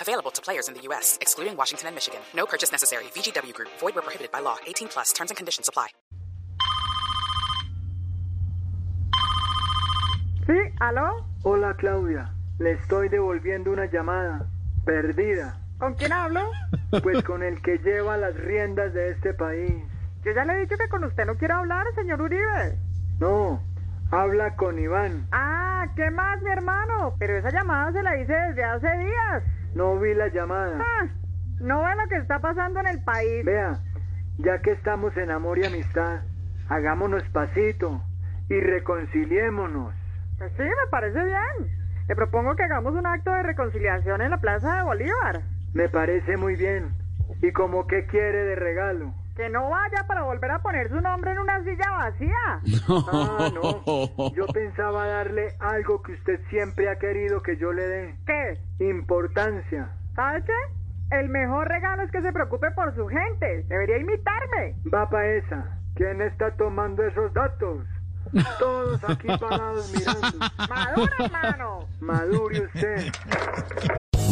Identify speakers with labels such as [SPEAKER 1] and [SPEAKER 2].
[SPEAKER 1] Available to players in the U.S., excluding Washington and Michigan. No purchase necessary. VGW Group, void were prohibited by law. 18 plus terms and conditions apply.
[SPEAKER 2] ¿Sí? ¿Aló?
[SPEAKER 3] Hola Claudia, le estoy devolviendo una llamada perdida,
[SPEAKER 2] ¿Con quién hablo?
[SPEAKER 3] pues con el que lleva las riendas de este país.
[SPEAKER 2] Yo ya le he dicho que con usted no quiero hablar, señor Uribe.
[SPEAKER 3] No, habla con Iván.
[SPEAKER 2] Ah, ¿qué más, mi hermano? Pero esa llamada se la hice desde hace días.
[SPEAKER 3] No vi la llamada.
[SPEAKER 2] Ah, no ve lo que está pasando en el país.
[SPEAKER 3] Vea, ya que estamos en amor y amistad, hagámonos pasito y reconciliémonos.
[SPEAKER 2] Pues sí, me parece bien. Le propongo que hagamos un acto de reconciliación en la Plaza de Bolívar.
[SPEAKER 3] Me parece muy bien. ¿Y como qué quiere de regalo?
[SPEAKER 2] Que no vaya para volver a poner su nombre en una silla vacía.
[SPEAKER 3] Ah, no. Yo pensaba darle algo que usted siempre ha querido que yo le dé.
[SPEAKER 2] ¿Qué?
[SPEAKER 3] Importancia.
[SPEAKER 2] ¿Sabe qué? El mejor regalo es que se preocupe por su gente. Debería imitarme.
[SPEAKER 3] Va pa' esa. ¿Quién está tomando esos datos? Todos aquí parados mirando.
[SPEAKER 2] Madura, hermano.
[SPEAKER 3] Madure usted.